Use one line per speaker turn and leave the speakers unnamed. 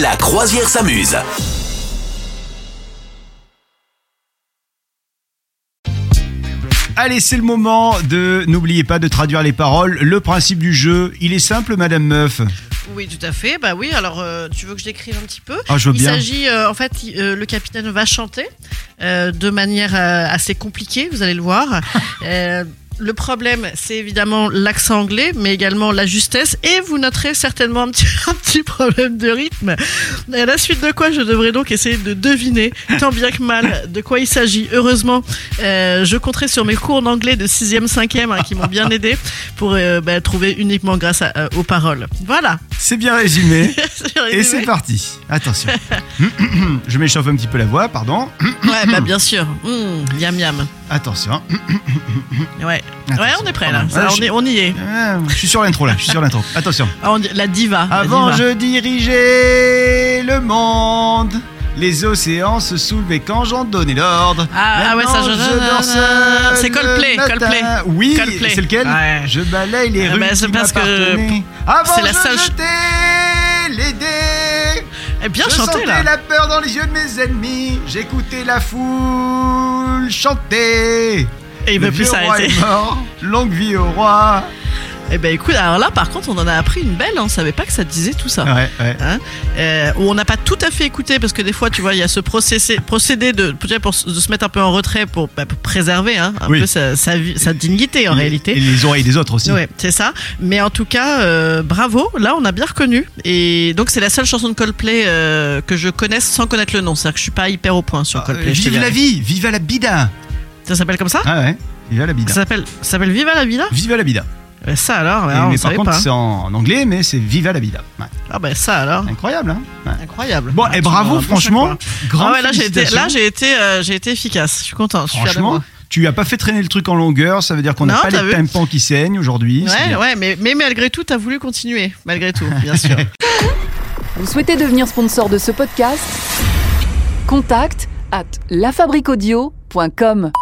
La croisière s'amuse.
Allez, c'est le moment de n'oubliez pas de traduire les paroles. Le principe du jeu, il est simple, Madame Meuf.
Oui, tout à fait. Bah oui, alors euh, tu veux que je décrive un petit peu
Ah, je veux
Il
bien.
s'agit, euh, en fait, il- euh, le capitaine va chanter euh, de manière euh, assez compliquée, vous allez le voir. Euh, le problème, c'est évidemment l'accent anglais, mais également la justesse. Et vous noterez certainement un petit, un petit problème de rythme. À la suite de quoi, je devrais donc essayer de deviner, tant bien que mal, de quoi il s'agit. Heureusement, euh, je compterai sur mes cours d'anglais de 6e, 5e, hein, qui m'ont bien aidé pour euh, bah, trouver uniquement grâce à- euh, aux paroles. Voilà.
C'est bien résumé. Et c'est
Ouais,
parti. Attention. je m'échauffe un petit peu la voix, pardon.
bah bien sûr. Mmh, yam yam.
Attention.
Ouais.
Attention.
Ouais, on est prêt là.
Pardon.
Ça,
Ouais,
on,
je-
est- on y est.
Ah, Je suis sur l'intro là, je suis sur l'intro. Attention.
Ah, on dit- la diva. la
Avant,
diva.
je dirigeais le monde. Les océans se soulevaient quand j'en donnais l'ordre.
Ah, ah ouais, ça,
Maintenant,
je- Ah,
je danse
C'est
le
Coldplay,
matin.
Coldplay.
Oui,
Coldplay.
c'est lequel
Ouais.
Je balaye les
Ah,
rues
bah, c'est
qui
parce que-
m'appartenaient. Avant,
c'est la
je
seule ch-
jetais les dés.
Eh, bien
je
chanté
sentais
là.
la peur dans les yeux de mes ennemis. J'écoutais la foule chanter.
Et il
Le
veut plus
vieux roi
s'arrêter.
est mort. Longue vie au roi.
Eh ben écoute, alors là par contre, on en a appris une belle. hein. On savait pas que ça disait tout ça.
Ouais, ouais.
Euh, où on n'a pas tout à fait écouté parce que des fois, tu vois, il y a ce processé- procédé de peut-être pour s- de se mettre un peu en retrait pour, bah, pour préserver hein, un
Oui.
peu sa, sa vie- sa dignité en
Et-
réalité.
Et les oreilles des autres aussi.
Ouais, c'est ça. Mais en tout cas, euh, bravo. Là, on a bien reconnu. Et donc, c'est la seule chanson de Coldplay euh, que je connaisse sans connaître le nom. C'est-à-dire que je suis pas hyper au point sur
Ah, euh,
Coldplay. je te
vive la
dirais.
vie, vive la bida.
Ça s'appelle comme ça
Ah ouais, vive la bida.
Ça s'appelle, ça s'appelle Viva la Vida
Vive la bida.
Ouais, Ça alors,
Et-
là, on
mais par
savait
contre,
pas. hein.
c'est en anglais, mais c'est vive la bida. Ouais,
Ah ben ça alors,
incroyable, hein. Ouais.
incroyable.
Bon,
Ah,
et
tu
bravo,
m'auras bien
franchement.
choqué, quoi.
Grande
Ah ouais, là j'ai été,
félicitations.
là j'ai été, euh, j'ai été efficace. Je suis content. Je suis fier de
Franchement,
moi.
tu as pas fait traîner le truc en longueur, ça veut dire qu'on n'a
Non,
pas
t'as
les
vu
tympans qui saignent aujourd'hui. c'est
Ouais,
bien.
ouais, mais, mais malgré tout, t'as voulu continuer. Malgré tout, bien sûr.
Vous souhaitez devenir sponsor de ce podcast Contact à lafabriquaudio.com.